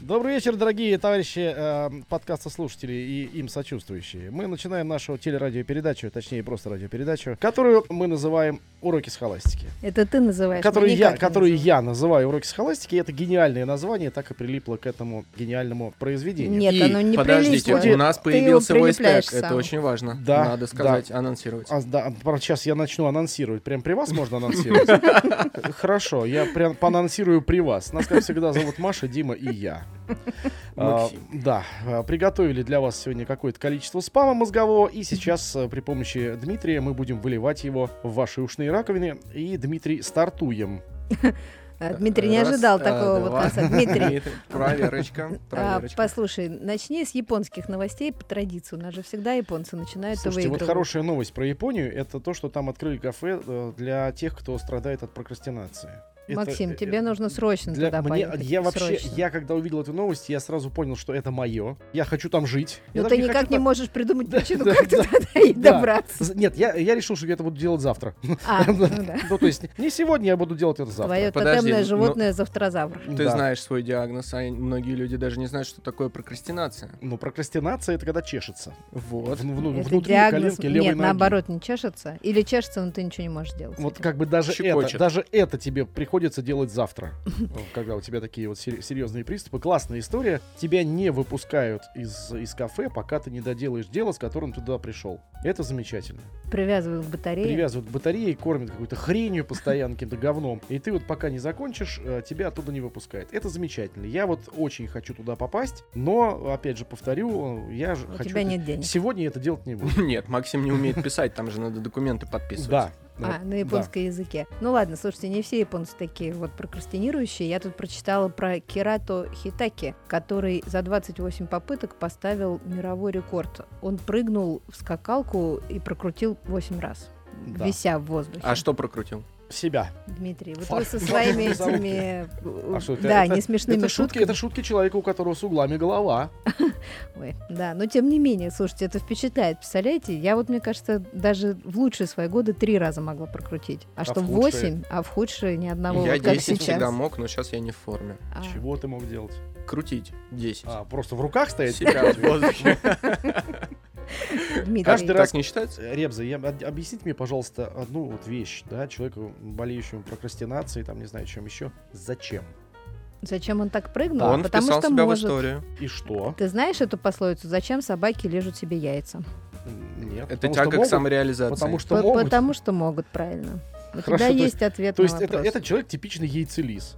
Добрый вечер, дорогие товарищи э, подкастослушатели и им сочувствующие. Мы начинаем нашу телерадиопередачу, точнее просто радиопередачу, которую мы называем «Уроки с холастики». Это ты называешь. Которую мы я, никак не которую называем. я называю «Уроки с холастики», и это гениальное название, так и прилипло к этому гениальному произведению. Нет, И, оно не подождите, прилично. у нас Ты его появился voice прилепляешь tag. Это сам. очень важно. Да, Надо сказать, анонсировать. А, да, сейчас я начну анонсировать. Прям при вас можно анонсировать? Хорошо, я прям поанонсирую при вас. Нас, как всегда, зовут Маша, Дима и я. А, Максим. Да, а, приготовили для вас сегодня какое-то количество спама мозгового, и сейчас а, при помощи Дмитрия мы будем выливать его в ваши ушные раковины. И, Дмитрий, стартуем. А, Дмитрий не длительного Раз, ожидал а, такого вот два. конца. Дмитрий, Дмитрий, Проверочка, а, проверочка. послушай, начни с японских новостей по традиции. У нас же всегда японцы начинают Слушайте, вот выигрывать. хорошая новость про Японию, это то, что там открыли кафе э, для тех, кто страдает от прокрастинации. Это- Максим, э, тебе э, нужно срочно Для- туда мне- поехать. я вообще, срочно. я когда увидел эту новость, я сразу понял, что это мое. Я хочу там жить. Я там Но Ну, ты не никак хочу не там- можешь придумать Да, причину, да, как да, туда и да. добраться. З- Нет, я, я решил, что я это буду делать завтра. А, ну да. Ну, то есть, не сегодня я буду делать это завтра. Твое Подожди, тотемное ну- животное завтразавр. Ты Да. знаешь свой диагноз, а многие люди даже не знают, что такое прокрастинация. Ну, прокрастинация это когда чешется. Вот. Вну- вну- Это внутри диагноз. коленки левой Нет, ноги. наоборот, не чешется. Или чешется, но ты ничего не можешь делать. с Вот этим. как бы даже это, Щекочет. даже это тебе приходится делать завтра, когда у тебя такие вот сер- серьезные приступы. Классная история. Тебя не выпускают из, из кафе, пока ты не доделаешь дело, с которым ты туда пришел. Это замечательно. Привязывают к батарее. Привязывают к батарее, кормят какой-то хренью постоянно, каким-то говном. И ты вот пока не закончишь, э, тебя оттуда не выпускает. Это замечательно. Я вот очень хочу туда попасть, но, опять же, повторю, э, я же У хочу... тебя это- нет денег. Сегодня я это делать не буду. Нет, Максим не умеет писать, там же надо документы подписывать. Да. А, Ну, да, на японском языке. Ну ладно, слушайте, не все японцы такие вот прокрастинирующие. Я тут прочитала про Кирато Хитаки, который за 28 попыток поставил мировой рекорд. Он прыгнул в скакалку и прокрутил 8 раз, Да. вися в воздухе. А что прокрутил? Себя. Дмитрий, вот Фак- вы со своими фак- этими... э, А что это? Да, Это- не смешными это шутки, шутками. это шутки человека, у которого с углами голова. Ой, да, но тем не менее, слушайте, это впечатляет, представляете? Я вот, мне кажется, даже в лучшие свои годы три раза могла прокрутить. А, А что в в худшие? восемь, а в худшие ни одного, Я вот как 10 сейчас. всегда мог, но сейчас я не в форме. А, Чего ты мог делать? Крутить 10. А, просто в руках стоять? Себя в воздухе. Дмитрий, Каждый раз- Так не считается? Ребза, я, об- объясните мне, пожалуйста, одну вот вещь, да, человеку, болеющему прокрастинацией, там, не знаю, чем еще. Зачем? зачем он так прыгнул? Он Потому вписал что себя в может. историю. И что? Ты знаешь эту пословицу? Зачем собаки лежат себе яйца? Нет. Это потому что тяга к могут, самореализации. Потому что По- могут. Потому что могут, правильно. У Хорошо, тебя то есть- есть ответ То на есть это, вопрос. это человек типичный яйцелис.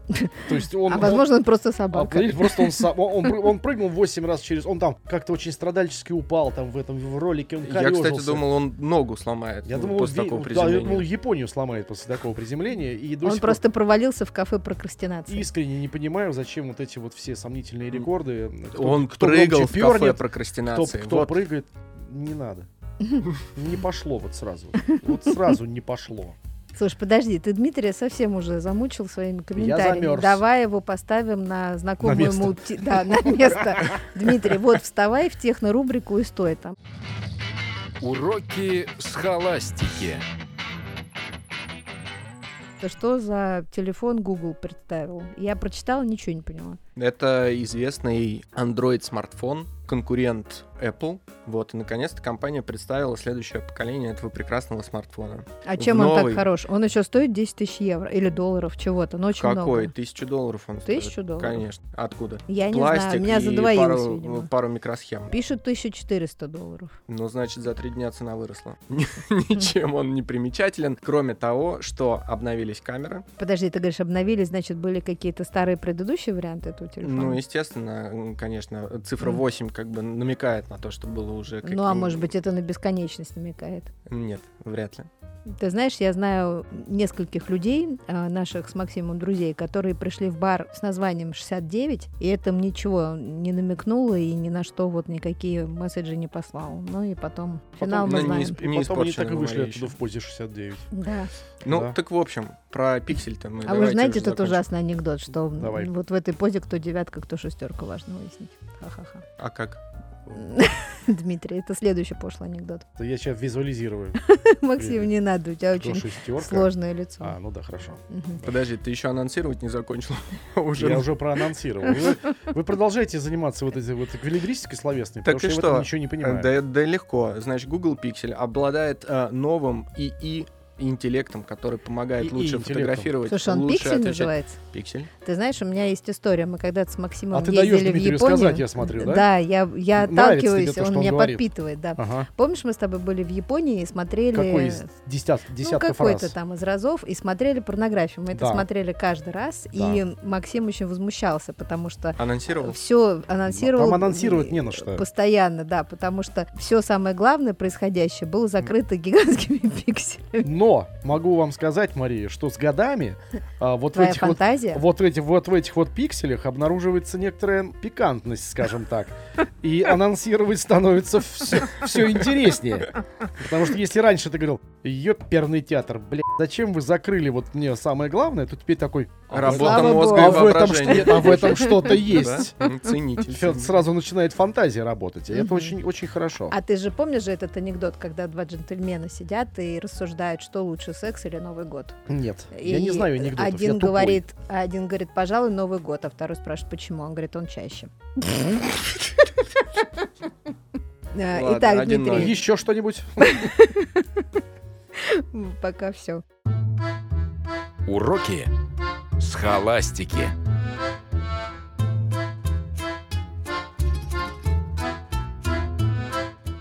То есть он... а он- возможно, он просто а, собака. понимаете, просто он, сам- он, пры- он прыгнул 8 раз через... Он там как-то очень страдальчески упал там в этом в ролике. Он Я, кстати, корёжился. думал, он ногу сломает Я ну, думал, после ви- такого да, я думал, приземления. Японию сломает после такого приземления. И до Он сих пор просто провалился в кафе прокрастинации. искренне не понимаю, зачем вот эти вот все сомнительные рекорды. э, Кто- Он кто прыгал громче в кафе пёрнет, кто, прокрастинации. кто Вот. прыгает, не надо. Не пошло вот сразу. Вот сразу не пошло. Слушай, подожди, ты Дмитрия совсем уже замучил своими комментариями. замерз. Давай его поставим на знакомую На место. ему те- да, на место. Дмитрий, вот вставай в технорубрику и стой там. Уроки с холастики. Ты что за телефон Google представил? Я прочитала, ничего не поняла. Это известный Android-смартфон, конкурент Apple. Вот, и наконец-то компания представила следующее поколение этого прекрасного смартфона. А В чем он так новый. хорош? Он еще стоит 10 тысяч евро или долларов, чего-то, но очень Какой? много. Тысячу долларов он стоит. Тысячу долларов? Конечно. Откуда? Я не Пластик знаю, меня и задвоилось, пару, видимо. пару микросхем. Пишут 1400 долларов. Ну, значит, за три дня цена выросла. Ничем он не примечателен, кроме того, что обновились камеры. Подожди, ты говоришь, обновили, значит, были какие-то старые предыдущие варианты этого телефона? Ну, естественно, м, конечно, цифра Мгм. 8 как бы намекает на то, что было уже... ну, а каким- может быть, это на бесконечность намекает. Нет, вряд ли. Ты знаешь, я знаю нескольких людей, а, наших с Максимом друзей, которые пришли в бар с названием 69, и это мне ничего не намекнуло и ни на что вот никакие месседжи не послал. Ну и потом, финал мы ну, знаем. не сп- И потом они испорчена так и вышли Мария оттуда еще. в позе 69. Да. Ну, Да. так в общем, про пиксель-то Ну, мы А вы давайте знаете уже этот закончим. ужасный анекдот, что м, Давай. вот в этой позе кто девятка, кто шестерка, важно выяснить. Ха-ха-ха. А как? Дмитрий, это следующий пошлый анекдот. Это я сейчас визуализирую. Максим, не надо, у тебя Что очень шестерка. сложное лицо. А, ну да, хорошо. Мгм. Подожди, ты еще анонсировать не закончил. Я уже проанонсировал. Вы, вы продолжаете заниматься вот этой вот эквилибристикой словесной, Так потому и что я в что? этом ничего не понимаю. Да, да легко. Значит, Google Pixel обладает э, новым ИИ интеллектом, который помогает ИИ лучше интеллектом. фотографировать, Слушай, он лучше пиксель отвечать. называется? Пиксель. Ты знаешь, у меня есть история. Мы когда-то с Максимом А ты ездили даешь в Дмитрию Японию. сказать, я смотрю, да? Да, я, Нравится я тебе отталкиваюсь, то, он что он меня говорит? подпитывает, да. Ага. Помнишь, мы с тобой были в Японии и смотрели... Какой из десят- десятка ну, фраз? какой-то там из разов, и смотрели порнографию. Мы это Да. смотрели каждый раз, и Максим очень возмущался, потому что Анонсировал? все анонсировал... Там анонсировать не на что. Постоянно, да, потому что все самое главное происходящее было закрыто гигантскими пикселями. Но могу вам сказать, Мария, что с годами а, вот, в Твоя этих вот, фантазия? вот, эти, вот в этих вот пикселях обнаруживается некоторая пикантность, скажем так. И анонсировать становится все, интереснее. Потому что если раньше ты говорил, ёперный театр, блядь, зачем вы закрыли вот мне самое главное, то теперь такой, Работа Слава богу. мозга а и в этом, воображения. что- а в этом что-то есть. Да? М, Ценитель. Всё, Сразу начинает фантазия работать, и это Мгм. очень, очень хорошо. А ты же помнишь же этот анекдот, когда два джентльмена сидят и рассуждают, что лучше, секс или Новый год? Нет, я И не знаю анекдотов, я Один тупой. говорит, один говорит, пожалуй, Новый год, а второй спрашивает, почему? Он говорит, он чаще. Э, Ладно, Итак, один Ну, ноль. Дмитрий, Еще что-нибудь? пока все. Уроки схоластики.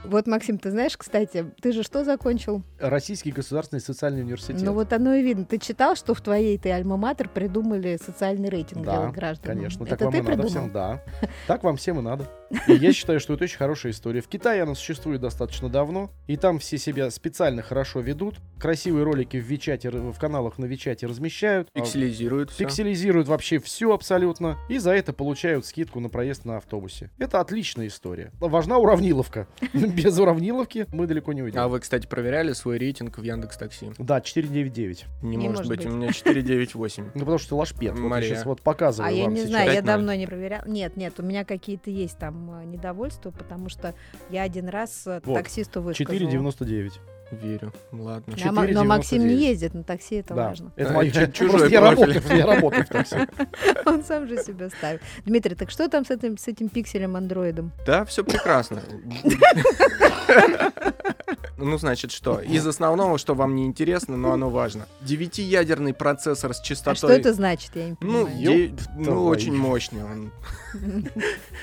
Вот, Максим, ты знаешь, кстати, ты же что закончил? Российский государственный социальный университет. Ну вот оно и видно. Ты читал, что в твоей ты альма-матер придумали социальный рейтинг Да, для граждан? Конечно, так Это вам ты и надо придумал? всем, да. Так вам всем и надо. И я считаю, что это очень хорошая история. В Китае она существует достаточно давно, и там все себя специально хорошо ведут. Красивые ролики в Вичате, р- в каналах на Вичате размещают. А, Пикселизирует все. Пикселизируют вообще все абсолютно, и за это получают скидку на проезд на автобусе. Это отличная история. Важна уравниловка. Без уравниловки мы далеко не А уйдем. вы, кстати, проверяли свой рейтинг в Яндекс Такси? Да, 499. Не, Не может может быть, у быть. меня 498. Ну, потому что ты лошпед. Вот я Мария. сейчас вот показываю А я вам не сейчас. знаю, я 5-0. давно не проверяла. Нет, нет, у меня какие-то есть там э, недовольства, потому что я один раз э, Вот, таксисту высказала. 499. Верю. Ладно. А Ма- Но 4,99. Максим не ездит на такси, это важно. Это А, мое чу- чужой Просто я профиль. работаю, я работаю в такси. Он сам же себя ставит. Дмитрий, так что там с этим, с этим пикселем андроидом? Да, все прекрасно. Ну, значит, что? Из основного, что вам не интересно, но оно важно. Девятиядерный процессор с А частотой... что это значит, я не Ну, понимаю. де- Ёп твою. ну, очень мощный он.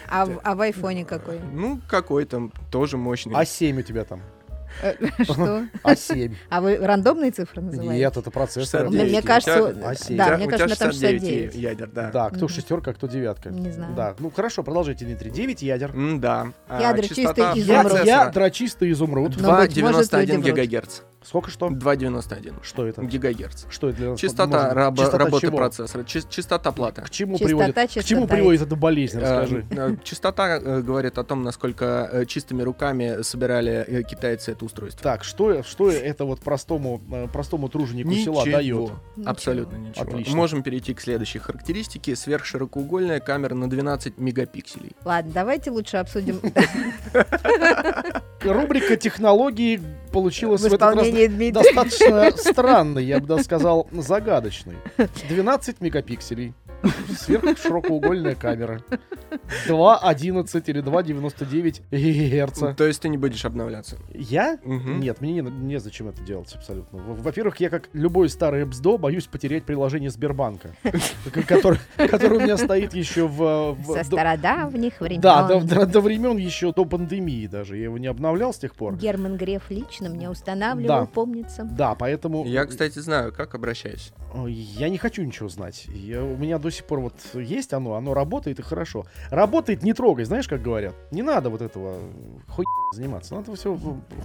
А, в- а в айфоне какой? Ну, какой-то тоже мощный. А7 А у тебя там. Э, Что? А7. А вы рандомные цифры называете? Нет, это процессор. 69. Мне, мне У тебя кажется, у- осень. да, тебя- мне у кажется, у меня тебя там 69 69. ядер, да. Да, кто Мгм. шестерка, а кто девятка. Не знаю. Да, ну хорошо, продолжайте, Дмитрий. 9 ядер. Да. Ядра чистые Я- Изумруд. Ядра чистый изумруд. Ну, быть может, 2,91 люди врут. гигагерц. Сколько что? 2,91 Что это? гигагерц. Что это для нас? Частота Можно- рабо- Частота работы чего? процессора, чис- частота плата. К чему Частота, приводит? К чему частота приводит эта болезнь, Э, расскажи. э, Частота э, говорит о том, насколько э, чистыми руками собирали э, китайцы это устройство. Так, что, что это вот простому, э, простому труженику села дает? Ничего. Абсолютно ничего. Отлично. Можем перейти к следующей характеристике. Сверхширокоугольная камера на 12 мегапикселей. Ладно, давайте лучше обсудим Рубрика технологии получилась в этот раз исполнение Дмитрия. достаточно странный, я бы даже сказал, загадочный. 12 мегапикселей, сверхширокоугольная камера, 2.11 или 2.99 герца. То есть ты не будешь обновляться. Я? Мгм. Нет, мне не, незачем это делать абсолютно. Во- Во-первых, я как любой старый бздо боюсь потерять приложение Сбербанка, к- который- которое у меня стоит еще в... в- Со до- стародавних времен. да, до, до- до времен еще до пандемии даже. Я его не обновлял с тех пор. Герман Греф лично мне устанавливал, Да. помнится. Да, поэтому... Я, кстати, знаю, как обращаюсь. Ой, Я не хочу ничего знать. Я, у меня до сих пор вот есть оно, оно работает и хорошо. Работает, не трогай, знаешь, как говорят. Не надо вот этого э, хуй заниматься. Надо все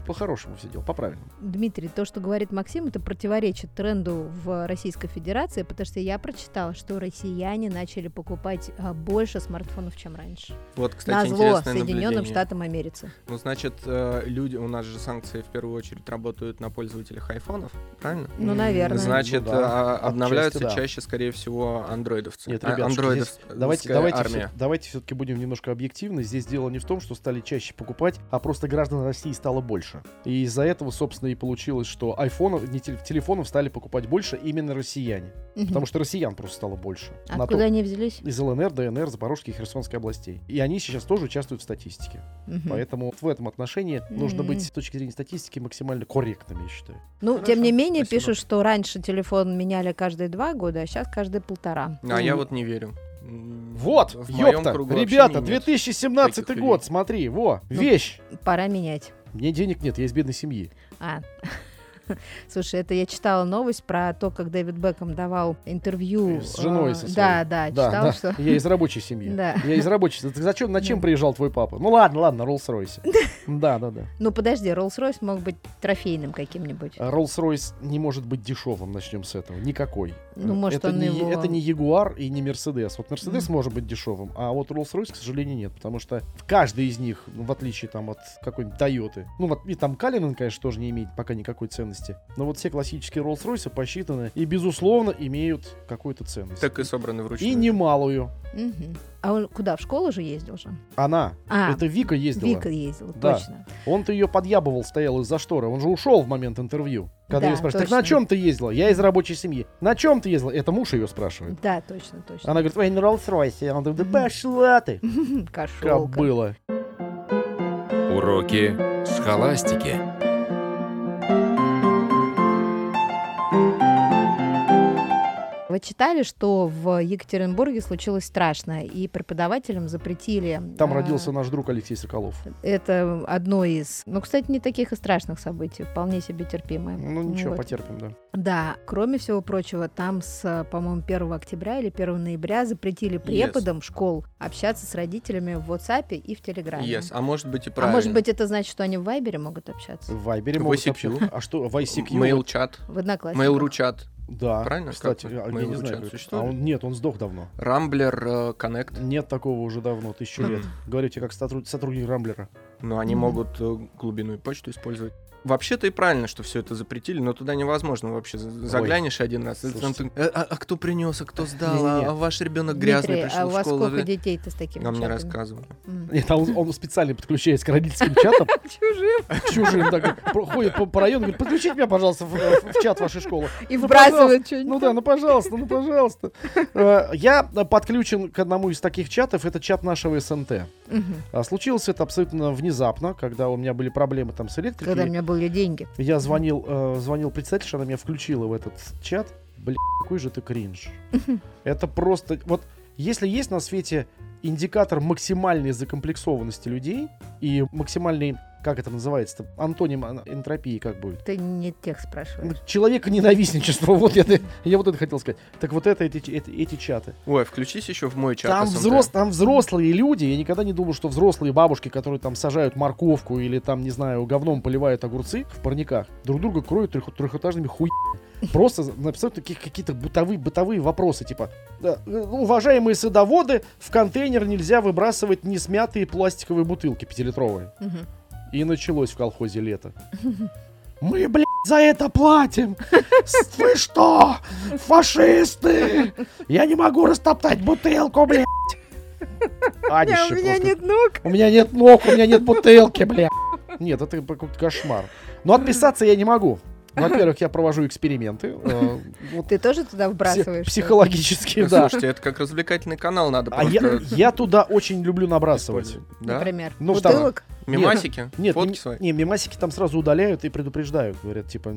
по-хорошему все делать, по-правильному. Дмитрий, то, что говорит Максим, это противоречит тренду в Российской Федерации, потому что я прочитала, что россияне начали покупать а, больше смартфонов, чем раньше. Вот, кстати, На зло интересное Соединенным наблюдение. Штатам Америцы. Ну, значит, э, люди, у нас же санкции в первую очередь работают на пользователях айфонов, правильно? Ну, М, наверное. Значит, Ну да, а, отчасти обновляются да. чаще, скорее всего, андроидов. андроидовцы. Нет, А- ребятушки, андроидов- здесь давайте, ская давайте, армия. всё- давайте все-таки будем немножко объективны. Здесь дело не в том, что стали чаще покупать, а просто граждан России стало больше. И из-за этого, собственно, и получилось, что айфонов, не тел- телефонов стали покупать больше именно россияне. Мгм. Потому что россиян просто стало больше. На Откуда то- они взялись? Из ЛНР, ДНР, Запорожской и Херсонской областей. И они сейчас тоже участвуют в статистике. Мгм. Поэтому в этом отношении нужно М. быть с точки зрения статистики максимально корректными, я считаю. Ну, тем Хорошо, не менее, спасибо. пишут, что раньше телефон меняли каждые два года, а сейчас каждые полтора. А я вот не верю. М, Вот, в моем ёпта, кругу вообще ребята, нет. 2017 таких год, людей. смотри, во, вещь. Пора менять. Мне денег нет, я из бедной семьи. А. Слушай, это я читала новость про то, как Дэвид Беком давал интервью. С женой э, со своей. Да, да, читала, да. что... Я из рабочей семьи. Да. Я из рабочей. Ты зачем, на чем Да. приезжал твой папа? Ну ладно, ладно, Rolls-Royce. Да, да, да. Ну, подожди, Rolls-Royce мог быть трофейным каким-нибудь. А Rolls-Royce не может быть дешевым, начнем с этого. Никакой. Ну, может, это он не, его- Это не Jaguar и не Mercedes. Вот Mercedes может быть дешевым, а вот Rolls-Royce, к сожалению, нет. Потому что каждый из них, ну, в отличие там от какой-нибудь Toyota, ну, вот и там Калинин, конечно, тоже не имеет пока никакой ценности. Но вот все классические Rolls-Royce посчитаны и, безусловно, имеют какую-то ценность. Так и собраны вручную. и немалую. Мгм. А он куда? В школу же ездил же? Она. А, это Вика ездила. Вика ездила, Да. точно. Он-то ее подъябывал, стоял из-за шторы. Он же ушел в момент интервью. Когда Да, ее спрашивают, так на точно. чем ты ездила? Я из рабочей семьи. На чем ты ездила? Это муж ее спрашивает. Да, точно, точно. Она говорит, ой, на Роллс-Ройсе. Он говорит, да Мгм. пошла ты, Кошелка. кобыла. Уроки схоластики. Вы читали, что в Екатеринбурге случилось страшное, и преподавателям запретили... Там а, родился наш друг Алексей Соколов. Ну, Это одно из... Ну, кстати, не таких и страшных событий, вполне себе терпимое. Ну ничего, Вот. потерпим, да. Да, кроме всего прочего, там с, по-моему, 1 октября или 1 ноября запретили преподам школ общаться с родителями в WhatsApp и в Телеграме. Yes, а может быть и а правильно. может быть, это значит, что они в Вайбере могут общаться? В Вайбере В могут ICQ. общаться. А что, в ICQ? Mail-чат, В одноклассниках. Mail.ru-чат, Да, Правильно? кстати, Как я мы не его знаю, чат как- существует? а он- нет, он сдох давно. Rambler, э, Connect. Нет такого уже давно, тысячу лет. Говорю тебе, как сотруд- сотрудник Рамблера. Но они Мгм. могут э, глубину и почту использовать. Вообще-то и правильно, что все это запретили, но туда невозможно вообще. З- Заглянешь один раз, и там слушайте. ты, «Э, а, а кто принес, а кто сдал, Не-не-не. а, а ваш ребенок грязный Дмитрий, пришел а у в вас школу. сколько да?» детей-то с таким а мне чатами? рассказывали. М. Нет, а он, он специально подключается к родительским чатам, Чужим. к чужим, так, про- ходит по, по району, говорит, подключите меня, пожалуйста, в, в- в чат вашей школы. И Ну, вбрасывают что-нибудь. Ну да, ну пожалуйста, ну пожалуйста. Э, Я подключен к одному из таких чатов, это чат нашего СНТ. Мгм. А Случилось это абсолютно внезапно, когда у меня были проблемы там с электрикой. Когда у меня были деньги. Я звонил, э, звонил председатель, она меня включила в этот чат. Блин, какой же ты кринж. Это просто... Вот если есть на свете индикатор максимальной закомплексованности людей и максимальный, как это называется, антоним а, энтропии, как будет? Ты не тех спрашиваешь. Человека ненавистничество, Ну, вот я, я вот это хотел сказать. Так вот это эти, эти, эти чаты. Ой, включись еще в мой чат. Там, SMT. взрос, там взрослые люди. Я никогда не думал, что взрослые бабушки, которые там сажают морковку или там, не знаю, говном поливают огурцы в парниках, друг друга кроют трех- трехэтажными хуй. Просто за- на абсолютно таких какие-то бытовые, бытовые вопросы, типа, да, э, уважаемые садоводы, в контейнер нельзя выбрасывать не смятые пластиковые бутылки пятилитровые. Мгм. И началось в колхозе лето. Мы, блядь, за это платим! С- Вы что? Фашисты! Я не могу растоптать бутылку, блядь! Адище просто. ног. У меня нет ног, у меня нет бутылки, блядь! Нет, это какой-то кошмар. Но отписаться я не могу. Во-первых, я провожу эксперименты. э, вот Ты тоже туда пси- вбрасываешь? Психологические, Ну, да. Слушайте, это как развлекательный канал надо А просто я, я туда очень люблю набрасывать. использовать. что-то, Да? Например. Ну, что там? Бутылок? Мемасики? Нет, Фотки м- свои? не, мемасики там сразу удаляют и предупреждают. Говорят, типа,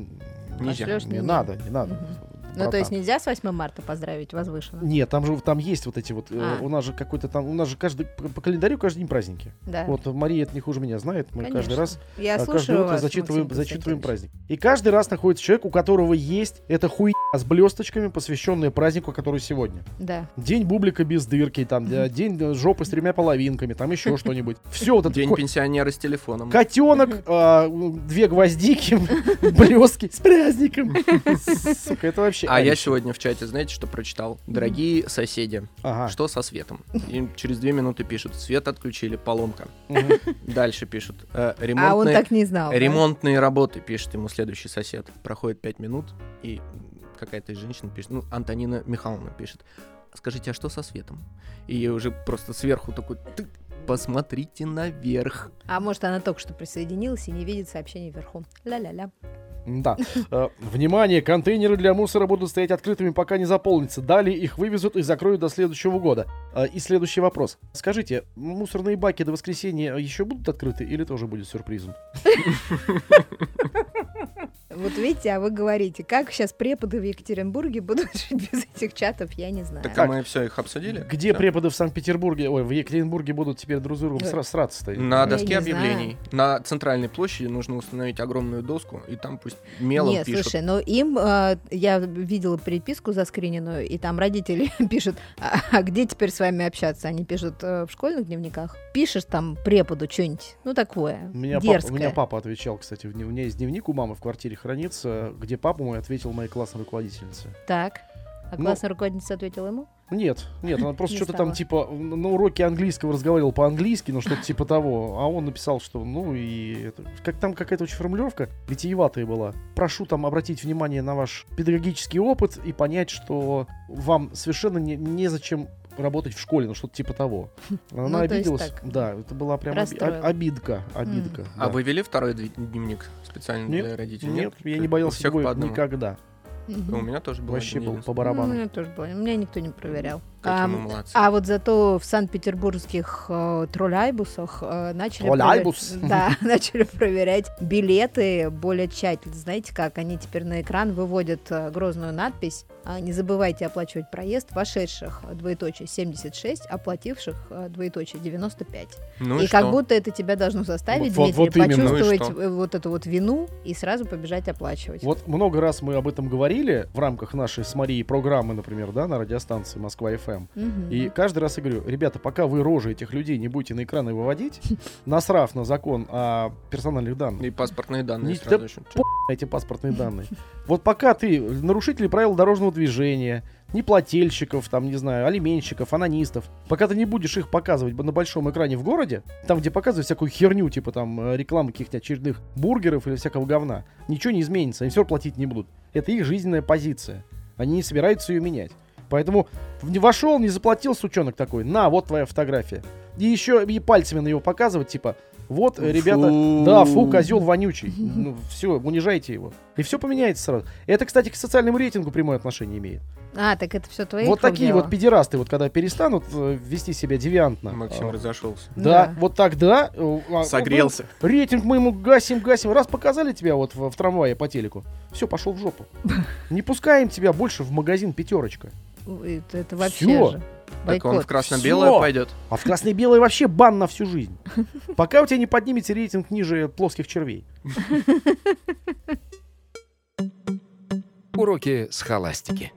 Нельзя. Пошлёшь Не меня. надо, не надо. Мгм. Ну, братан. то есть нельзя с 8 марта поздравить возвышенно? Нет, там же там есть вот эти вот. э, А. У нас же какой-то там. У нас же каждый по по календарю каждый день праздники. Да. Вот Мария это не хуже меня знает. Мы каждый раз Конечно. Я а, слушаю каждое утро вас, зачитываем, Максим зачитываем Константинович. праздник. И каждый раз находится человек, у которого есть эта хуйня с блесточками, посвященная празднику, который сегодня. Да. День бублика без дырки, там, да, день э, жопы с тремя половинками, там еще что-нибудь. Все вот это. День ко- пенсионера с телефоном. Котенок, а, две гвоздики, блестки с праздником. Сука, это вообще. А я адище. сегодня в чате, знаете, что прочитал? Дорогие соседи, Ага. что со светом? Им через две минуты пишут, свет отключили, поломка. Мгм. Дальше пишут, А «Э, он ремонтные, так не знал. да? ремонтные работы, пишет ему следующий сосед. Проходит пять минут, и какая-то из женщин пишет, ну, Антонина Михайловна пишет, скажите, а что со светом? И уже просто сверху такой, «Тык, посмотрите наверх. А может, она только что присоединилась и не видит сообщений вверху. Ля-ля-ля. Да. Э, Внимание, контейнеры для мусора будут стоять открытыми, пока не заполнится. Далее их вывезут и закроют до следующего года. Э, И следующий вопрос. Скажите, мусорные баки до воскресенья еще будут открыты или тоже будет сюрпризом? Вот видите, а вы говорите, как сейчас преподы в Екатеринбурге будут жить без этих чатов, я не знаю. Так, а Так. мы все их обсудили? Где Да. преподы в Санкт-Петербурге, ой, в Екатеринбурге будут теперь друг с другом сра- сраться стоять? На Я не доске объявлений. знаю. На центральной площади нужно установить огромную доску, и там пусть мелом Нет, пишут. слушай, но им э, я видела переписку заскриненную, и там родители пишут, а, а где теперь с вами общаться? Они пишут э, в школьных дневниках. Пишешь там преподу что-нибудь, ну такое, У меня, пап- дерзкое. у меня папа отвечал, кстати, в дне- у меня есть дневник у мамы в квартире хранится, где папа мой ответил моей классной руководительнице. Так, а Ну. классная руководительница ответила ему? Нет, нет, она просто Не что-то там стала. типа на уроке английского разговаривал по-английски, ну что-то типа того. А он написал, что ну и это, как там какая-то очень формулировка витиеватая была. Прошу там обратить внимание на ваш педагогический опыт и понять, что вам совершенно не, незачем работать в школе, ну что-то типа того. Она Ну, то есть обиделась. так. Да, это была прям оби- Расстроила. о- обидка, обидка. да. А вы вели второй дви- дневник специально Нет, для родителей? Нет, я Ты- не у боялся всех двоек по одному. никогда. Мгм. У меня тоже был Вообще один был по Ну, единственный. у барабану. меня тоже было. Меня никто не проверял. Какие мы Ам, молодцы. а вот зато в санкт-петербургских э, троллейбусах э, начали, Троллейбус? провер- да, начали проверять билеты более тщательно. Знаете как? Они теперь на экран выводят э, грозную надпись а, «Не забывайте оплачивать проезд вошедших, э, двоеточие, 76, оплативших, э, двоеточие, 95». Ну и и как что? будто это тебя должно заставить, Вот- Дмитрий, вот именно. Ну и почувствовать что? э, вот эту вот вину и сразу побежать оплачивать. Вот много раз мы об этом говорили в рамках нашей с Марией программы, например, да, на радиостанции Москва-ФМ. Мгм. И каждый раз я говорю, ребята, пока вы рожи этих людей не будете на экраны выводить, насрав на закон о персональных данных, И паспортные данные Не- сразу да еще. эти паспортные данные, вот пока ты нарушители правил дорожного движения, не плательщиков, там, не знаю, алименщиков, анонистов, пока ты не будешь их показывать на большом экране в городе, там, где показывают всякую херню, типа там э, рекламы каких-то очередных бургеров или всякого говна, ничего не изменится, они все платить не будут. Это их жизненная позиция. Они не собираются ее менять. Поэтому в- не вошел, не заплатил сучонок такой. На, вот твоя фотография. И еще и пальцами на него показывать, типа, вот, э, ребята, Фу. да, фу, козел вонючий. Ну, все, унижайте его. И все поменяется сразу. Это, кстати, к социальному рейтингу прямое отношение имеет. А, так это все твои вот такие вот педерасты, вот когда перестанут э, вести себя девиантно. Максим э, разошелся. да, Да. вот тогда... э, а, Согрелся. ну, рейтинг мы ему гасим, гасим. Раз показали тебя вот в, в трамвае по телеку, все, пошел в жопу. Не пускаем тебя больше в магазин пятерочка. Это, это вообще Всё. же. Так он в Бойкот. красно-белое Всё. пойдет. А в красно-белый вообще бан на всю жизнь. Пока у тебя не поднимете рейтинг ниже плоских червей. Уроки с холастики.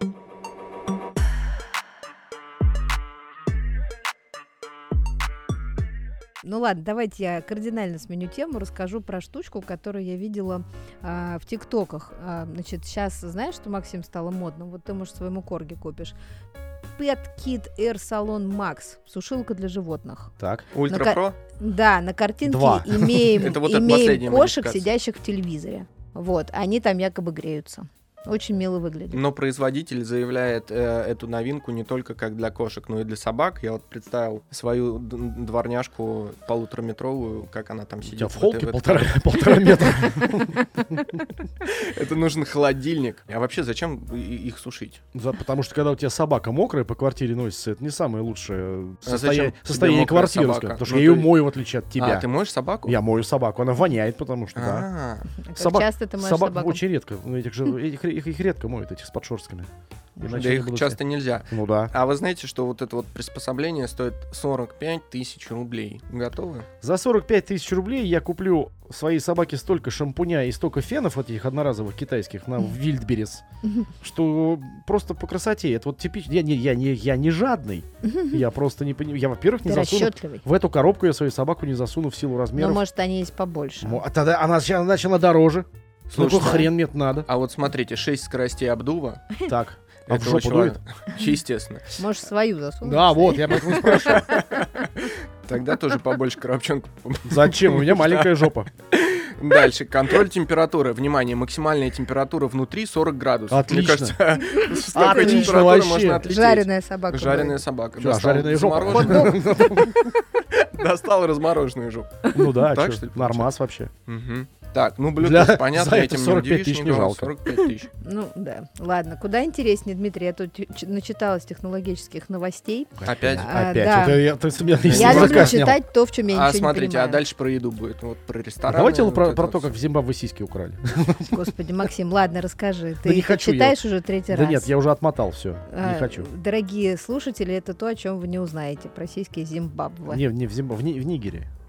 Ну ладно, давайте я кардинально сменю тему, расскажу про штучку, которую я видела а, в ТикТоках. А, значит, сейчас знаешь, что Максим стало модным? Вот ты, может, своему корге купишь. Pet Kid Air Salon Max. Сушилка для животных. Так. ка- Ультра-про? Да, на картинке Два. имеем, Это вот эта последняя имеем кошек, модификация. сидящих в телевизоре. Вот, они там якобы греются. Очень мило выглядит. Но производитель заявляет э, эту новинку не только как для кошек, но и для собак. Я вот представил свою д- дворняжку полутораметровую, как она там У сидит. тебя в вот холке этой вот- полтора, полтора метра. Это нужен холодильник. А вообще зачем и- и- их сушить? Да, потому что когда у тебя собака мокрая по квартире носится, это не самое лучшее А зачем состоя- тебе состояние мокрая квартиры. собака? скажем, Потому что Ну, я то ее есть- мою, в отличие от тебя. А, ты можешь собаку? Я мою собаку, она воняет, потому что, да. А, Как собак- часто ты моешь Собак собаку? очень редко. Ну, этих же, этих- их, их редко моют, этих с подшерстками. Да Иначе они их будут- часто нельзя. Ну да. А вы знаете, что вот это вот приспособление стоит 45 тысяч рублей? Готовы? За 45 тысяч рублей я куплю своей собаке столько шампуня и столько фенов от этих одноразовых китайских на Вильдберес, что просто по красоте. Это вот типично. Я не, я не, я не жадный. Я просто не понимаю. Я, во-первых, не Ты засуну. расчетливый. В эту коробку я свою собаку не засуну в силу Но, размеров. Ну, может, они есть побольше. Мо- А тогда она ща начала дороже. Ну Слушай, какой хрен мне это надо? А вот смотрите, 6 скоростей обдува. Так. А в Это жопу очень дует? важно. Естественно. Можешь свою засунуть. Да, вот, я об этом и спрашиваю. Тогда тоже побольше коробчонка. Зачем? У меня маленькая жопа. Дальше. Контроль температуры. Внимание, максимальная темперратура внутри 40 градусов. Отлично. Мне кажется, с А, такой Отлично температурой вообще. можно отлететь. Жареная собака. Жареная будет. собака. Чё, а Достал жареная жопа? замороженную- Достал размороженную жопу. Ну да, Так, чё, что ли, нормас вообще. Мгм. Так, ну, Для- Bluetooth, понятно, за это этим не 45 удивишь тысяч не никого. жалко. 45 тысяч. Ну да. Ладно, куда интереснее, Дмитрий, я тут ч- начиталась технологических новостей. Опять. А, Опять. да. Вот я- я- ты с меня весь Я Если люблю заказ снял. читать то, в чем я ничего А не смотрите, а понимаю. дальше про еду будет. Вот про А рестораны. Давайте вот про, вот про это то, всё. как в Зимбабве сиськи украли. Господи, Максим, ладно, расскажи. Ты не это хочу я. читаешь уже третий Да раз. нет, я уже отмотал все. Не А, хочу. Дорогие слушатели, это то, о чем вы не узнаете про сиськи Зимбабве. Не, не в Зимбабве, в, Ни- в Нигере.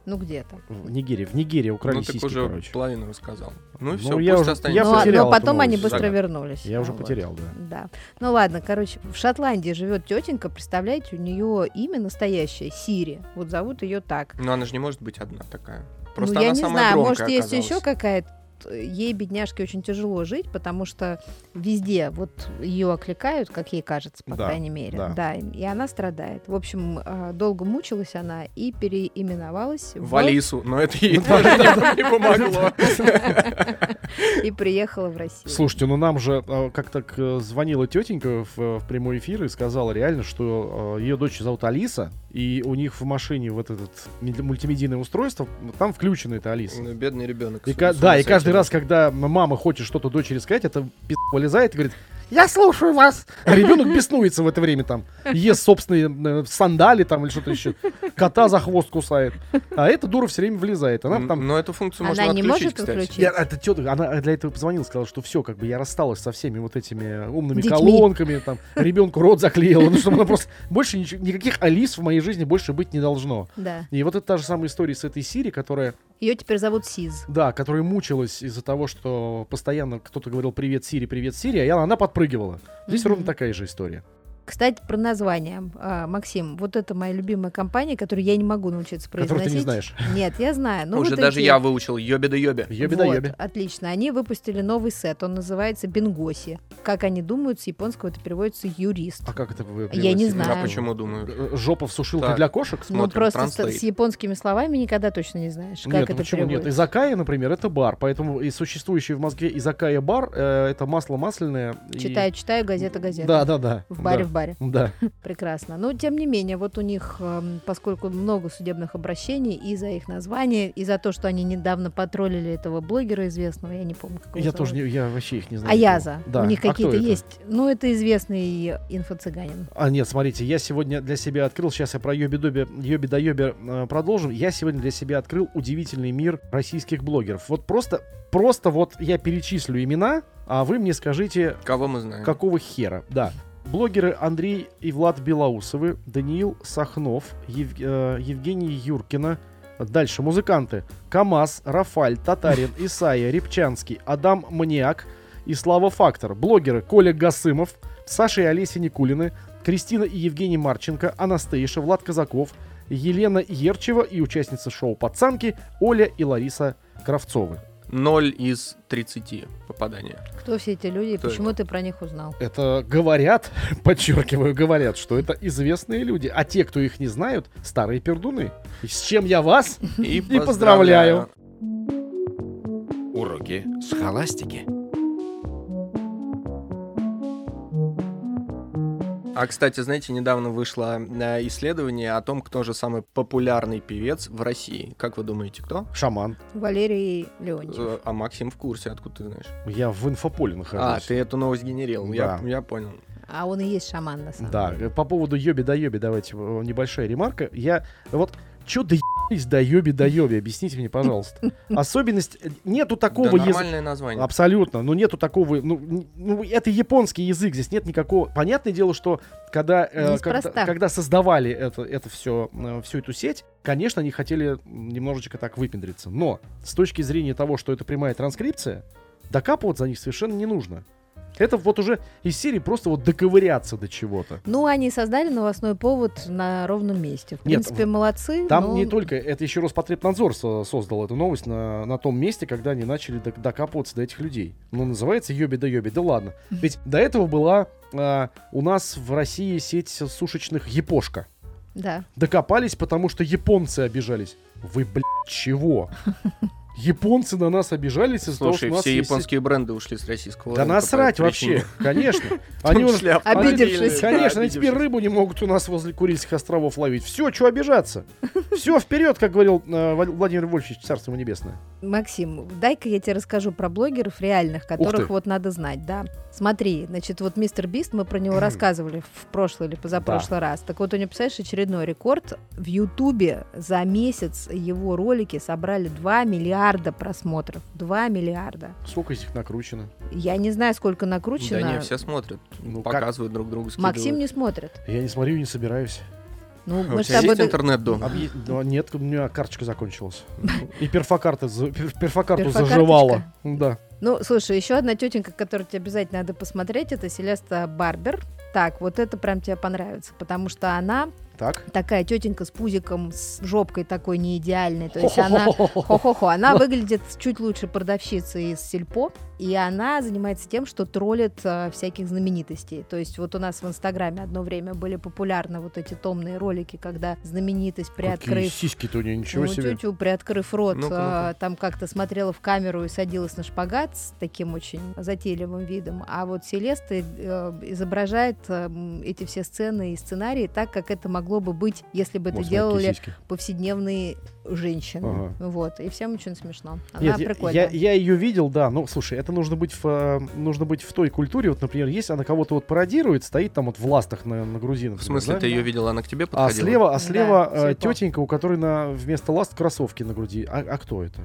Ну где-то. В Нигере, в Нигере украли Ну, так сиськи, уже короче. половину рассказал. Ну, Ну, и все, я пусть уже- Но, Я а, но останется. потерял эту потом они новость. быстро Загадка. вернулись. Я уже Вот. потерял, да. Да. Ну ладно, короче, в Шотландии живет тетенька, представляете, у нее имя настоящее Сири. Вот зовут ее так. Но Ну, она же не может быть одна такая. Ну, Просто я она не самая знаю, громкая может, есть еще оказалась. какая-то. Ей, бедняжке, очень тяжело жить, потому что везде вот ее окликают, как ей кажется, по Да, крайней мере. да. и она страдает. В общем, а, долго мучилась она и переименовалась в- В Алису, но это ей тоже не не помогло. и приехала в Россию. Слушайте, ну нам же э, как-то э, звонила тетенька в, э, в прямой эфир и сказала реально, что ее дочь зовут Алиса, и у них в машине вот этот ми- мультимедийное устройство, там включена эта Алиса. Ну, бедный ребенок. И ка- да, и каждый раз, когда м- мама хочет что-то дочери сказать, это пи*** вылезает и говорит, я слушаю вас. А ребенок беснуется в это время там. Ест собственные э, сандали там или что-то еще. Кота за хвост кусает. А эта дура все время влезает. Она там... Но эту функцию Она можно не отключить, может Ну, кстати. отключить? Я- эта тетя, она для этого позвонила, сказала, что все, как бы я рассталась со всеми вот этими умными Детьми. колонками, там, ребенку рот заклеила, ну, чтобы она просто больше ничего- никаких Алис в моей жизни больше быть не должно. Да. И вот это та же самая история с этой Сири, которая Ее теперь зовут Сиз. Да, которая мучилась из-за того, что постоянно кто-то говорил «Привет, Сири, привет, Сири», а я- она подпрыгивала. Здесь Мгм. ровно такая же история. Кстати, про название. А, Максим, вот это моя любимая компания, которую я не могу научиться Которую произносить. ты не знаешь. Нет, я знаю. Ну, Уже вот даже эти- я выучил йоби да йоби. Йоби да Вот, йоби. Отлично. Они выпустили новый сет. Он называется Бингоси. Как они думают, с японского это переводится юрист. А как это вы- Я не приводите? знаю. А почему, думаю? Э, Жопа в сушилке Так. для кошек? ну, смотрим, просто с, Translate. с японскими словами никогда точно не знаешь, как нет, ну это почему нет? переводится. Изакая, например, это бар, поэтому и существующий в Москве изакая бар э, это масло масляное. и- Читаю, читаю, газета, газета. Да, да, да. В баре, в баре. Да. Прекрасно. Но, тем не менее, вот у них, эм, поскольку много судебных обращений и за их название, и за то, что они недавно потроллили этого блогера известного, я не помню, как да. его Я зовут. тоже не, я вообще их не знаю. Аяза. никого. Да. У них А кто какие-то это? есть. Ну, это известный инфо-цыганин. А нет, смотрите, я сегодня для себя открыл, сейчас я про Йоби Доби, Йоби да Йоби э, продолжим. Я сегодня для себя открыл удивительный мир российских блогеров. Вот просто, просто вот я перечислю имена, а вы мне скажите, Кого мы знаем? какого хера, да. Блогеры Андрей и Влад Белоусовы, Даниил Сахнов, Ев- э, Евгений Юркина. Дальше музыканты. КамАЗ, Рафаль, Татарин, Исая, Репчанский, Адам Маниак и Слава Фактор. Блогеры Коля Гасымов, Саша и Олеся Никулины, Кристина и Евгений Марченко, Анастейша, Влад Казаков, Елена Ерчева и участница шоу «Пацанки» Оля и Лариса Кравцовы. Ноль из 30 попадания. Кто все эти люди и Кто почему ты про них узнал? Это говорят, подчеркиваю, говорят, что это известные люди. А те, кто их не знают, старые пердуны. И С чем я вас? И поздравляю. Уроки схоластики. А, кстати, знаете, недавно вышло э, исследование о том, кто же самый популярный певец в России. Как вы думаете, кто? Шаман. Валерий Леонтьев. Э, А Максим в курсе, откуда ты знаешь? Я в инфополе А, нахожусь. ты эту новость генерил. Я, Да. я понял. А он и есть шаман, на самом Да, деле. э, по поводу Йоби да Йоби давайте э, небольшая ремарка. Я вот чё доебались до Йоби да Йоби? Объясните мне, пожалуйста. Особенность... э, Нету Да, такого языка. нормальное название. Абсолютно. Но нету такого. Ну, н- ну, это японский язык, здесь нет никакого. Понятное дело, что когда, э, Неспроста. когда, когда создавали это, это все, всю эту сеть, конечно, они хотели м, немножечко так выпендриться. Но с точки зрения того, что это прямая транскрипция, докапываться за них совершенно не нужно. Это вот уже из серии просто вот доковыряться до чего-то. Ну, они создали новостной повод на ровном месте. В Нет, принципе, молодцы. Там но- не только, это еще Роспотребнадзор со- создал эту новость на, на том месте, когда они начали док- докапываться до этих людей. Ну, называется Йоби да Йоби, да ладно. Ведь до этого была а, у нас в России сеть сушечных Япошка. Да. Докопались, потому что японцы обижались. Вы, блядь, чего? Японцы на нас обижались из-за того, что Слушай, у нас все есть- японские бренды ушли с российского Да рынка по насрать этой причине. вообще, конечно. В том Они уже... числе автомобильные. обидевшись. Да, Конечно, они обидевшись. теперь рыбу не могут у нас возле Курильских островов ловить. Все, что обижаться. Все вперед, как говорил э, Вла- Владимир Вольфович, царство ему небесное. Максим, дай-ка я тебе расскажу про блогеров реальных, ты. которых вот надо знать, да. Смотри, значит, вот мистер Бист, мы про него рассказывали в прошлый или позапрошлый раз. Так вот, у него, представляешь, очередной рекорд. В Ютубе за месяц его ролики собрали 2 миллиарда просмотров. 2 миллиарда. Сколько из них накручено? Я не знаю, сколько накручено. Да не, все смотрят, Ну, как? показывают друг другу, скидывают. Максим не смотрит. Я не смотрю и не собираюсь. Ну, У мы с тебя тобой... есть д- интернет дома? Объ- Да нет, у меня карточка закончилась. И перфокарта, за- пер- перфокарту Перфокарточка? заживала. Да. Ну, слушай, еще одна тетенька, которую тебе обязательно надо посмотреть, это Селеста Барбер. Так, вот это прям тебе понравится, потому что она Так. такая тетенька с пузиком, с жопкой такой неидеальной. То есть она... Хо-хо-хо. Она выглядит чуть лучше продавщицы из Сельпо, и она занимается тем, что троллит э, всяких знаменитостей. То есть вот у нас в Инстаграме одно время были популярны вот эти томные ролики, когда знаменитость, Какие приоткрыв сиськи-то у нее, ничего ну, себе. тю-тю, приоткрыв рот, Ну-ка, а, ну-ка. там как-то смотрела в камеру и садилась на шпагат с таким очень затейливым видом. А вот Селеста э, изображает э, м, эти все сцены и сценарии так, как это могло бы быть, если бы это Мосленькие делали сиськи. повседневные женщины. Ага. Вот. И всем очень смешно. Она Нет, я- я, прикольная. я ее видел, да, но слушай, это нужно быть в э, нужно быть в той культуре, вот, например, если она кого-то вот пародирует, стоит там вот в ластах на, на грузинах. В смысле, например, да? ты ее видела, она к тебе подходила? А слева, а Да, типа. слева э, слепо. тетенька, у которой на вместо ласт кроссовки на груди. А, а кто это?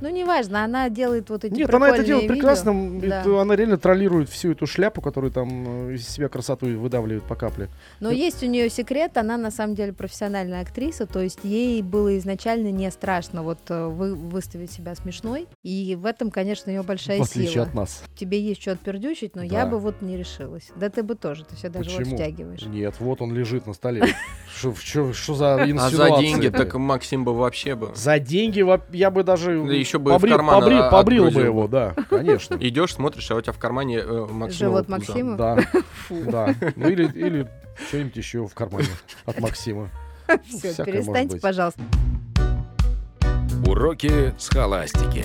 Ну, неважно, она делает вот эти Нет, она это прикольные делает видео. прекрасно. м, Да. это она реально троллирует всю эту шляпу, которую там э, из себя красоту выдавливает по капле. Но есть у нее секрет, она на самом деле профессиональная актриса, то есть ей было изначально не страшно вот э, вы, выставить себя смешной, и в этом, конечно, ее большая в отличие сила. от нас. Тебе есть что отпердючить, но я Да. бы вот не решилась. Да ты бы тоже, ты все даже вот Почему? втягиваешь. Нет, вот он лежит на столе. Что что- что за А за инсинуации? деньги, так Максим бы вообще бы. За деньги во- я бы даже Да еще бы и в побри- карман побри- а- побрил бы отгрузил. его, да, конечно. Идешь, смотришь, а у тебя в кармане э, Максимова Живот пузо. Максима. Да, да. Ну или, или что-нибудь еще в кармане от Максима. Все, Ну, всякое может перестаньте, быть. пожалуйста. Уроки схоластики.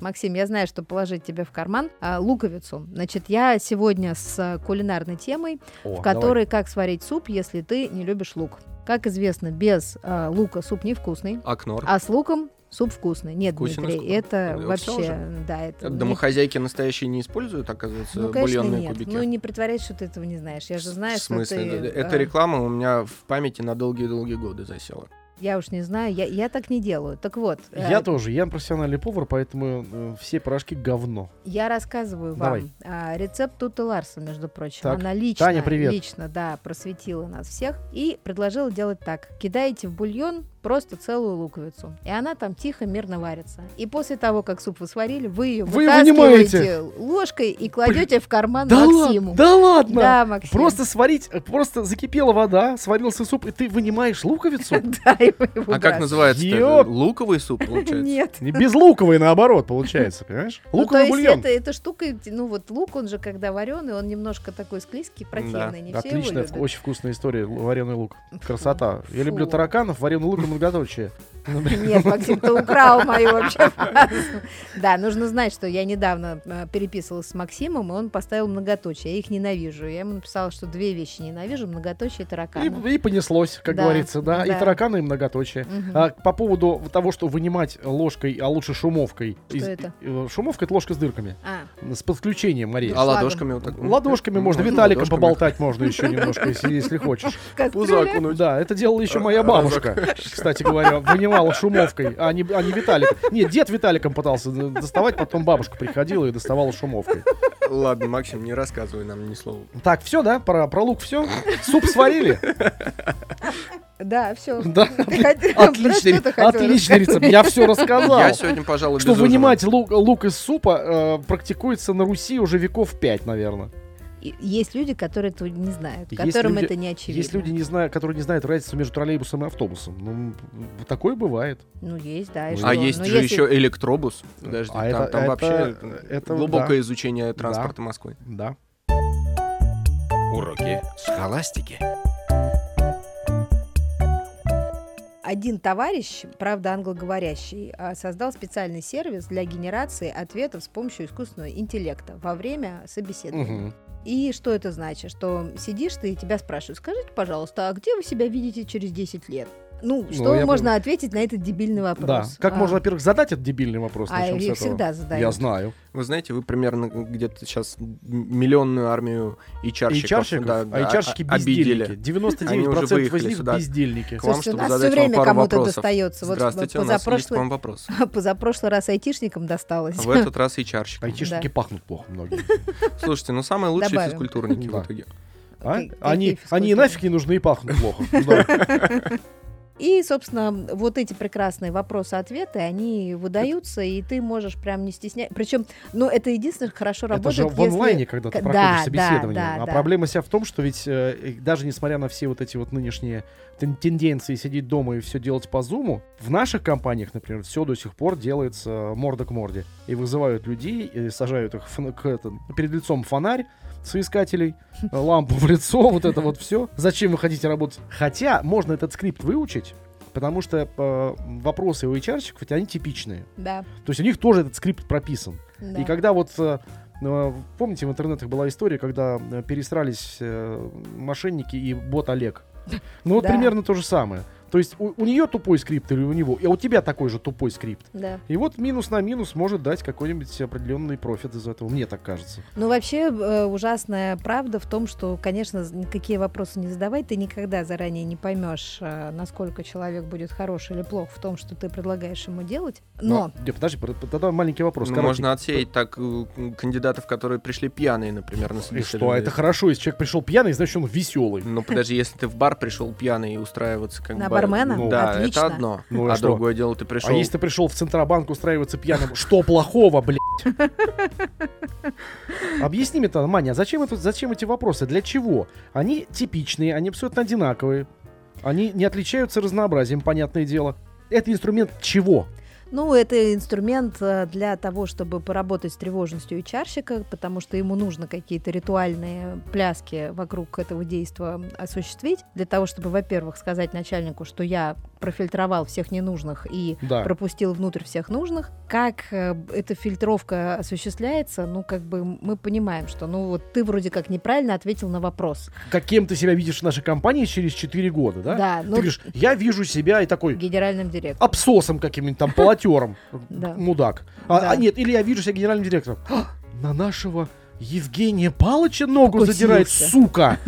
Максим, я знаю, что положить тебе в карман а, луковицу. Значит, я сегодня с а, кулинарной темой, О, в давай. которой как сварить суп, если ты не любишь лук. Как известно, без а, лука суп невкусный. Окно. А с луком суп вкусный. Нет, Вкусен и Дмитрий, вкусен. это Да, всё вообще, да, это... мне- Домохозяйки настоящие не используют, оказывается, Ну, конечно, бульонные нет. кубики. Ну, не притворяйся, что ты этого не знаешь. Я же знаю, в смысле? э, что ты... Эта а, реклама у меня в памяти на долгие-долгие годы засела. Я уж не знаю, я, я так не делаю. Так вот, э, Я тоже, я профессиональный повар, поэтому э, все пирожки говно. я рассказываю Давай. вам а, рецепт Туты Ларса, между прочим. Так. Она лично, Таня, привет. лично, да, просветила нас всех и предложила делать так. Кидаете в бульон просто целую луковицу, и она там тихо, мирно варится. И после того, как суп вы сварили, вы ее Вы вытаскиваете вынимаете. ложкой и кладете в карман ладно, А, Максиму. да ладно! Да, Максим. Просто сварить, э, просто закипела вода, сварился суп, и ты вынимаешь луковицу? Да, и вы его А как бросаете. называется? Ёп. Луковый суп, получается? Нет. Не безлуковый, наоборот, получается, понимаешь? Ну, Луковый то бульон. есть это, эта штука, ну вот лук, он же когда вареный, он немножко такой склизкий, противный, не все его Отличная, любят. очень вкусная история, л- вареный лук. Красота. Я фу. люблю тараканов, вареный лук и многоточие. Нет, Максим, ты украл мою вообще фразу. Да, нужно знать, что я недавно э, переписывалась с Максимом, и он поставил многоточие. Я их ненавижу. Я ему написала, что две вещи ненавижу, многоточие и тараканы. И, и понеслось, как Да, говорится, да, и да. тараканы, и многоточие. Мгм. А, по поводу того, что вынимать ложкой, а лучше шумовкой. Что это? э, Шумовка — это ложка с дырками, А, с подключением, Мария. А Шлагом. ладошками вот так? Ладошками Ну, можно, ну, Виталиком ладошками. поболтать можно еще немножко, если, если хочешь. Пузо кастрюля? окунуть. Да, это делала еще А, моя бабушка, кстати говоря, вынимала шумовкой, а не, а не Виталик. Нет, дед Виталиком пытался д- доставать, потом бабушка приходила и доставала шумовкой. Ладно, Максим, не рассказывай нам ни слова. Так, все, да? Про, про лук все? Суп сварили? Да, все. Да. Отличный, отличный Отлично. рецепт. Я все рассказал. Я сегодня, пожалуй, Что без ужина. вынимать лук, лук из супа э, практикуется на Руси уже веков 5, наверное. Есть люди, которые этого не знают, Есть которым люди- это не очевидно. Есть люди, не знают, которые не знают разницу между троллейбусом и автобусом. Ну, м, такое бывает. Ну, есть, да. и А что? А есть Но же если- еще электробус. Подожди, А там, это- там это- вообще это глубокое да. изучение транспорта Москвы. Да. Уроки схоластики. один товарищ, правда англоговорящий, а, создал специальный сервис для генерации ответов с помощью искусственного интеллекта во время собеседования. Мгм. И что это значит? Что сидишь ты и тебя спрашивают, скажите, пожалуйста, а где вы себя видите через 10 лет? Ну, Ну, что я можно ответить на этот дебильный Да. вопрос? Как А. можно, во-первых, задать этот дебильный вопрос? А начнем с их этого? всегда задают. Я знаю. Вы знаете, вы примерно где-то сейчас миллионную армию и И чарщиков, а и чарщики бездельники. обидели. 99% Они уже из выехали них сюда. бездельники. К вам, Слушайте, у чтобы нас задать всё вам время пару кому-то вопросов. достается. Вот, Здравствуйте, вот у нас есть к позапрошлый- вам вопрос. а Позапрошлый раз айтишникам досталось. В этот раз и чарщик. А айтишники пахнут плохо многие. Слушайте, ну самые лучшие Добавим. физкультурники Да. в итоге. А? Какие Они, физкультуры? они и нафиг не нужны и пахнут плохо. Ну Да. И, собственно, вот эти прекрасные вопросы-ответы, они выдаются, и ты можешь прям не стеснять. Причем, ну, это единственное, хорошо Это работает, же в онлайне, когда ты К- проходишь да, да, собеседование. да, А да. проблема вся в том, что ведь э, и даже несмотря на все вот эти вот нынешние тен- тенденции сидеть дома и все делать по зуму, в наших компаниях, например, все до сих пор делается морда к морде. И вызывают людей, и сажают их фон- к это- перед лицом фонарь соискателей, э, лампу в лицо, вот это вот все. Зачем вы хотите работать? Хотя можно этот скрипт выучить, потому что э, вопросы у HR-щиков, ведь они типичные. Да, То есть у них тоже этот скрипт прописан. да. И когда вот, э, э, помните, в интернетах была история, когда э, пересрались э, мошенники и бот Олег. Ну вот Да. примерно то же самое. То есть у, нее тупой скрипт или у него, а у тебя такой же тупой скрипт. Да. И вот минус на минус может дать какой-нибудь определенный профит из этого, мне так кажется. Ну, вообще, э, ужасная правда в том, что, конечно, з- никакие вопросы не задавай, ты никогда заранее не поймешь, э, насколько человек будет хорош или плох в том, что ты предлагаешь ему делать. Но, Не, подожди, под- под- тогда маленький вопрос. Ну, коротенький. можно отсеять так э, кандидатов, которые пришли пьяные, например, на И собеседование. что, а это хорошо, если человек пришел пьяный, значит он веселый. Ну, подожди, если ты в бар пришел пьяный и устраиваться как На бы... бармена? Ну, Да, Отлично. это одно. Ну, и а что? другое дело, ты пришел... А если ты пришел в Центробанк устраиваться пьяным, что плохого, блядь? Объясни мне тогда, Маня, а зачем, это, зачем эти вопросы? Для чего? Они типичные, они абсолютно одинаковые. Они не отличаются разнообразием, понятное дело. Это инструмент чего? ну, это инструмент э, для того, чтобы поработать с тревожностью чарщика, потому что ему нужно какие-то ритуальные пляски вокруг этого действия осуществить, для того, чтобы, во-первых, сказать начальнику, что я профильтровал всех ненужных и Да. пропустил внутрь всех нужных. Как э, эта фильтровка осуществляется, ну, как бы мы понимаем, что, ну, вот ты вроде как неправильно ответил на вопрос. Каким ты себя видишь в нашей компании через 4 года, да? Ты ну, говоришь, я вижу себя и такой генеральным директором. абсосом каким-нибудь там, полотером, Да. мудак. А, Да. а нет, или я вижу себя генеральным директором. «А, на нашего Евгения Палыча ногу задирает, Покусился. сука.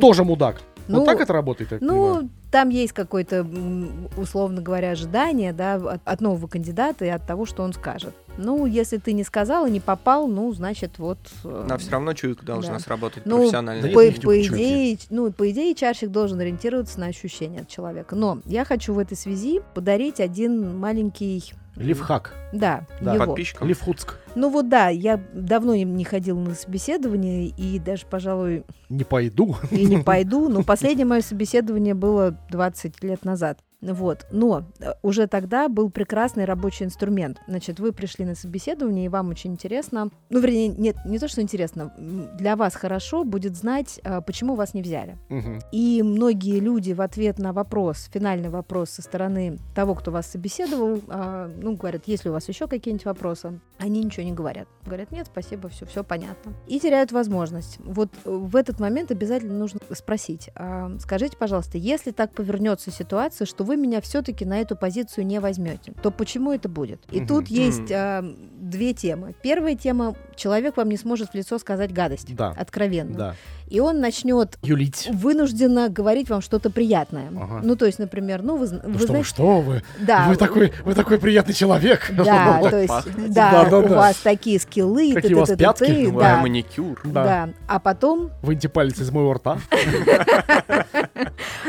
Тоже мудак. Ну, вот так это работает? я так понимаю? Ну, там есть какое-то, м, условно говоря, ожидание, да, от, от нового кандидата и от того, что он скажет. Ну, если ты не сказал и не попал, ну, значит, вот... э, Она все равно чуйка должна Да. сработать Ну, профессионально. Да по, нет, по чуйки. идее, ну, по идее, чарщик должен ориентироваться на ощущения от человека. Но я хочу в этой связи подарить один маленький... Левхак, Да, Да. его. Подписчикам? Левхуцк. Ну вот да, я давно им не ходила на собеседование и даже, пожалуй, Не пойду. и не пойду, но последнее мое собеседование было 20 лет назад. Вот. Но э, уже тогда был прекрасный рабочий инструмент. Значит, вы пришли на собеседование, и вам очень интересно, ну, вернее, нет, не то, что интересно, м, для вас хорошо будет знать, э, почему вас не взяли. Мгм. И многие люди в ответ на вопрос, финальный вопрос со стороны того, кто вас собеседовал, а, ну, говорят, есть ли у вас еще какие-нибудь вопросы, они ничего не говорят. Говорят, нет, спасибо, все, все понятно. И теряют возможность. Вот э, в этот момент обязательно нужно спросить, а, скажите, пожалуйста, если так повернется ситуация, что вы меня все-таки на эту позицию не возьмете, то почему это будет? И Мгм. тут есть М. а, две темы. Первая тема, человек вам не сможет в лицо сказать гадость. Да. Откровенно. Да. И он начнет Юлить. вынуждена говорить вам что-то приятное. Ага. Ну, то есть, например, ну, вы, зн- Ну вы что, вы, знаете... что вы? да, Вы такой, вы такой приятный человек. да, то есть, пахнете. да, Да, да, у да. вас такие скиллы, Какие ты- у вас ты- ты- пятки? ты, Ну, а да, маникюр. да. А потом, Выньте палец из моего рта.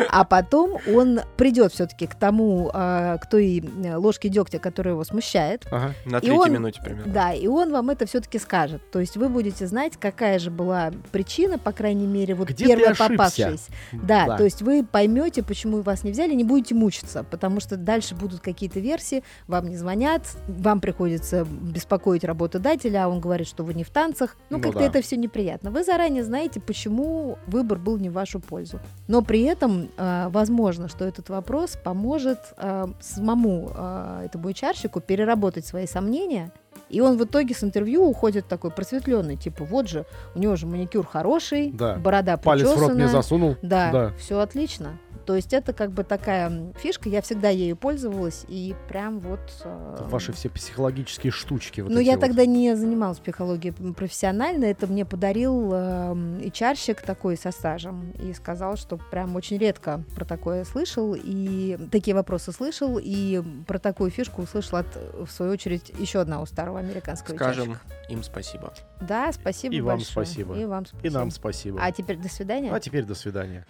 а потом он придет все-таки к тому, а, к той э, ложке дегтя, которая его смущает. Ага. На И третьей он- минуте примерно. Да, и он вам это все-таки скажет. То есть вы будете знать, какая же была причина, по крайней мере, вот Где ты первая ошибся? попавшаяся. Да, то есть вы поймете, почему вас не взяли, не будете мучиться, потому что дальше будут какие-то версии, вам не звонят, вам приходится беспокоить работодателя, а он говорит, что вы не в танцах. Ну, Ну как-то да. это все неприятно. Вы заранее знаете, почему выбор был не в вашу пользу. Но при этом И а, возможно, что этот вопрос поможет а, самому а, этому HR-щику переработать свои сомнения. И он в итоге с интервью уходит такой просветленный, типа вот же, у него же маникюр хороший, Да. борода Палец в рот не причесанная. засунул. Да, Да. все отлично. То есть это как бы такая м, фишка, я всегда ею пользовалась, и прям вот... э, Ваши все психологические штучки. Вот ну, эти я вот. тогда не занималась психологией м, профессионально, это мне подарил и чарщик такой со стажем и сказал, что прям очень редко про такое слышал, и такие вопросы слышал, и про такую фишку услышал от, в свою очередь, еще одного старого американского Скажем HR-щика. им спасибо. Да, спасибо И вам большое. спасибо. И вам спасибо. И нам спасибо. А теперь до свидания. А теперь до свидания.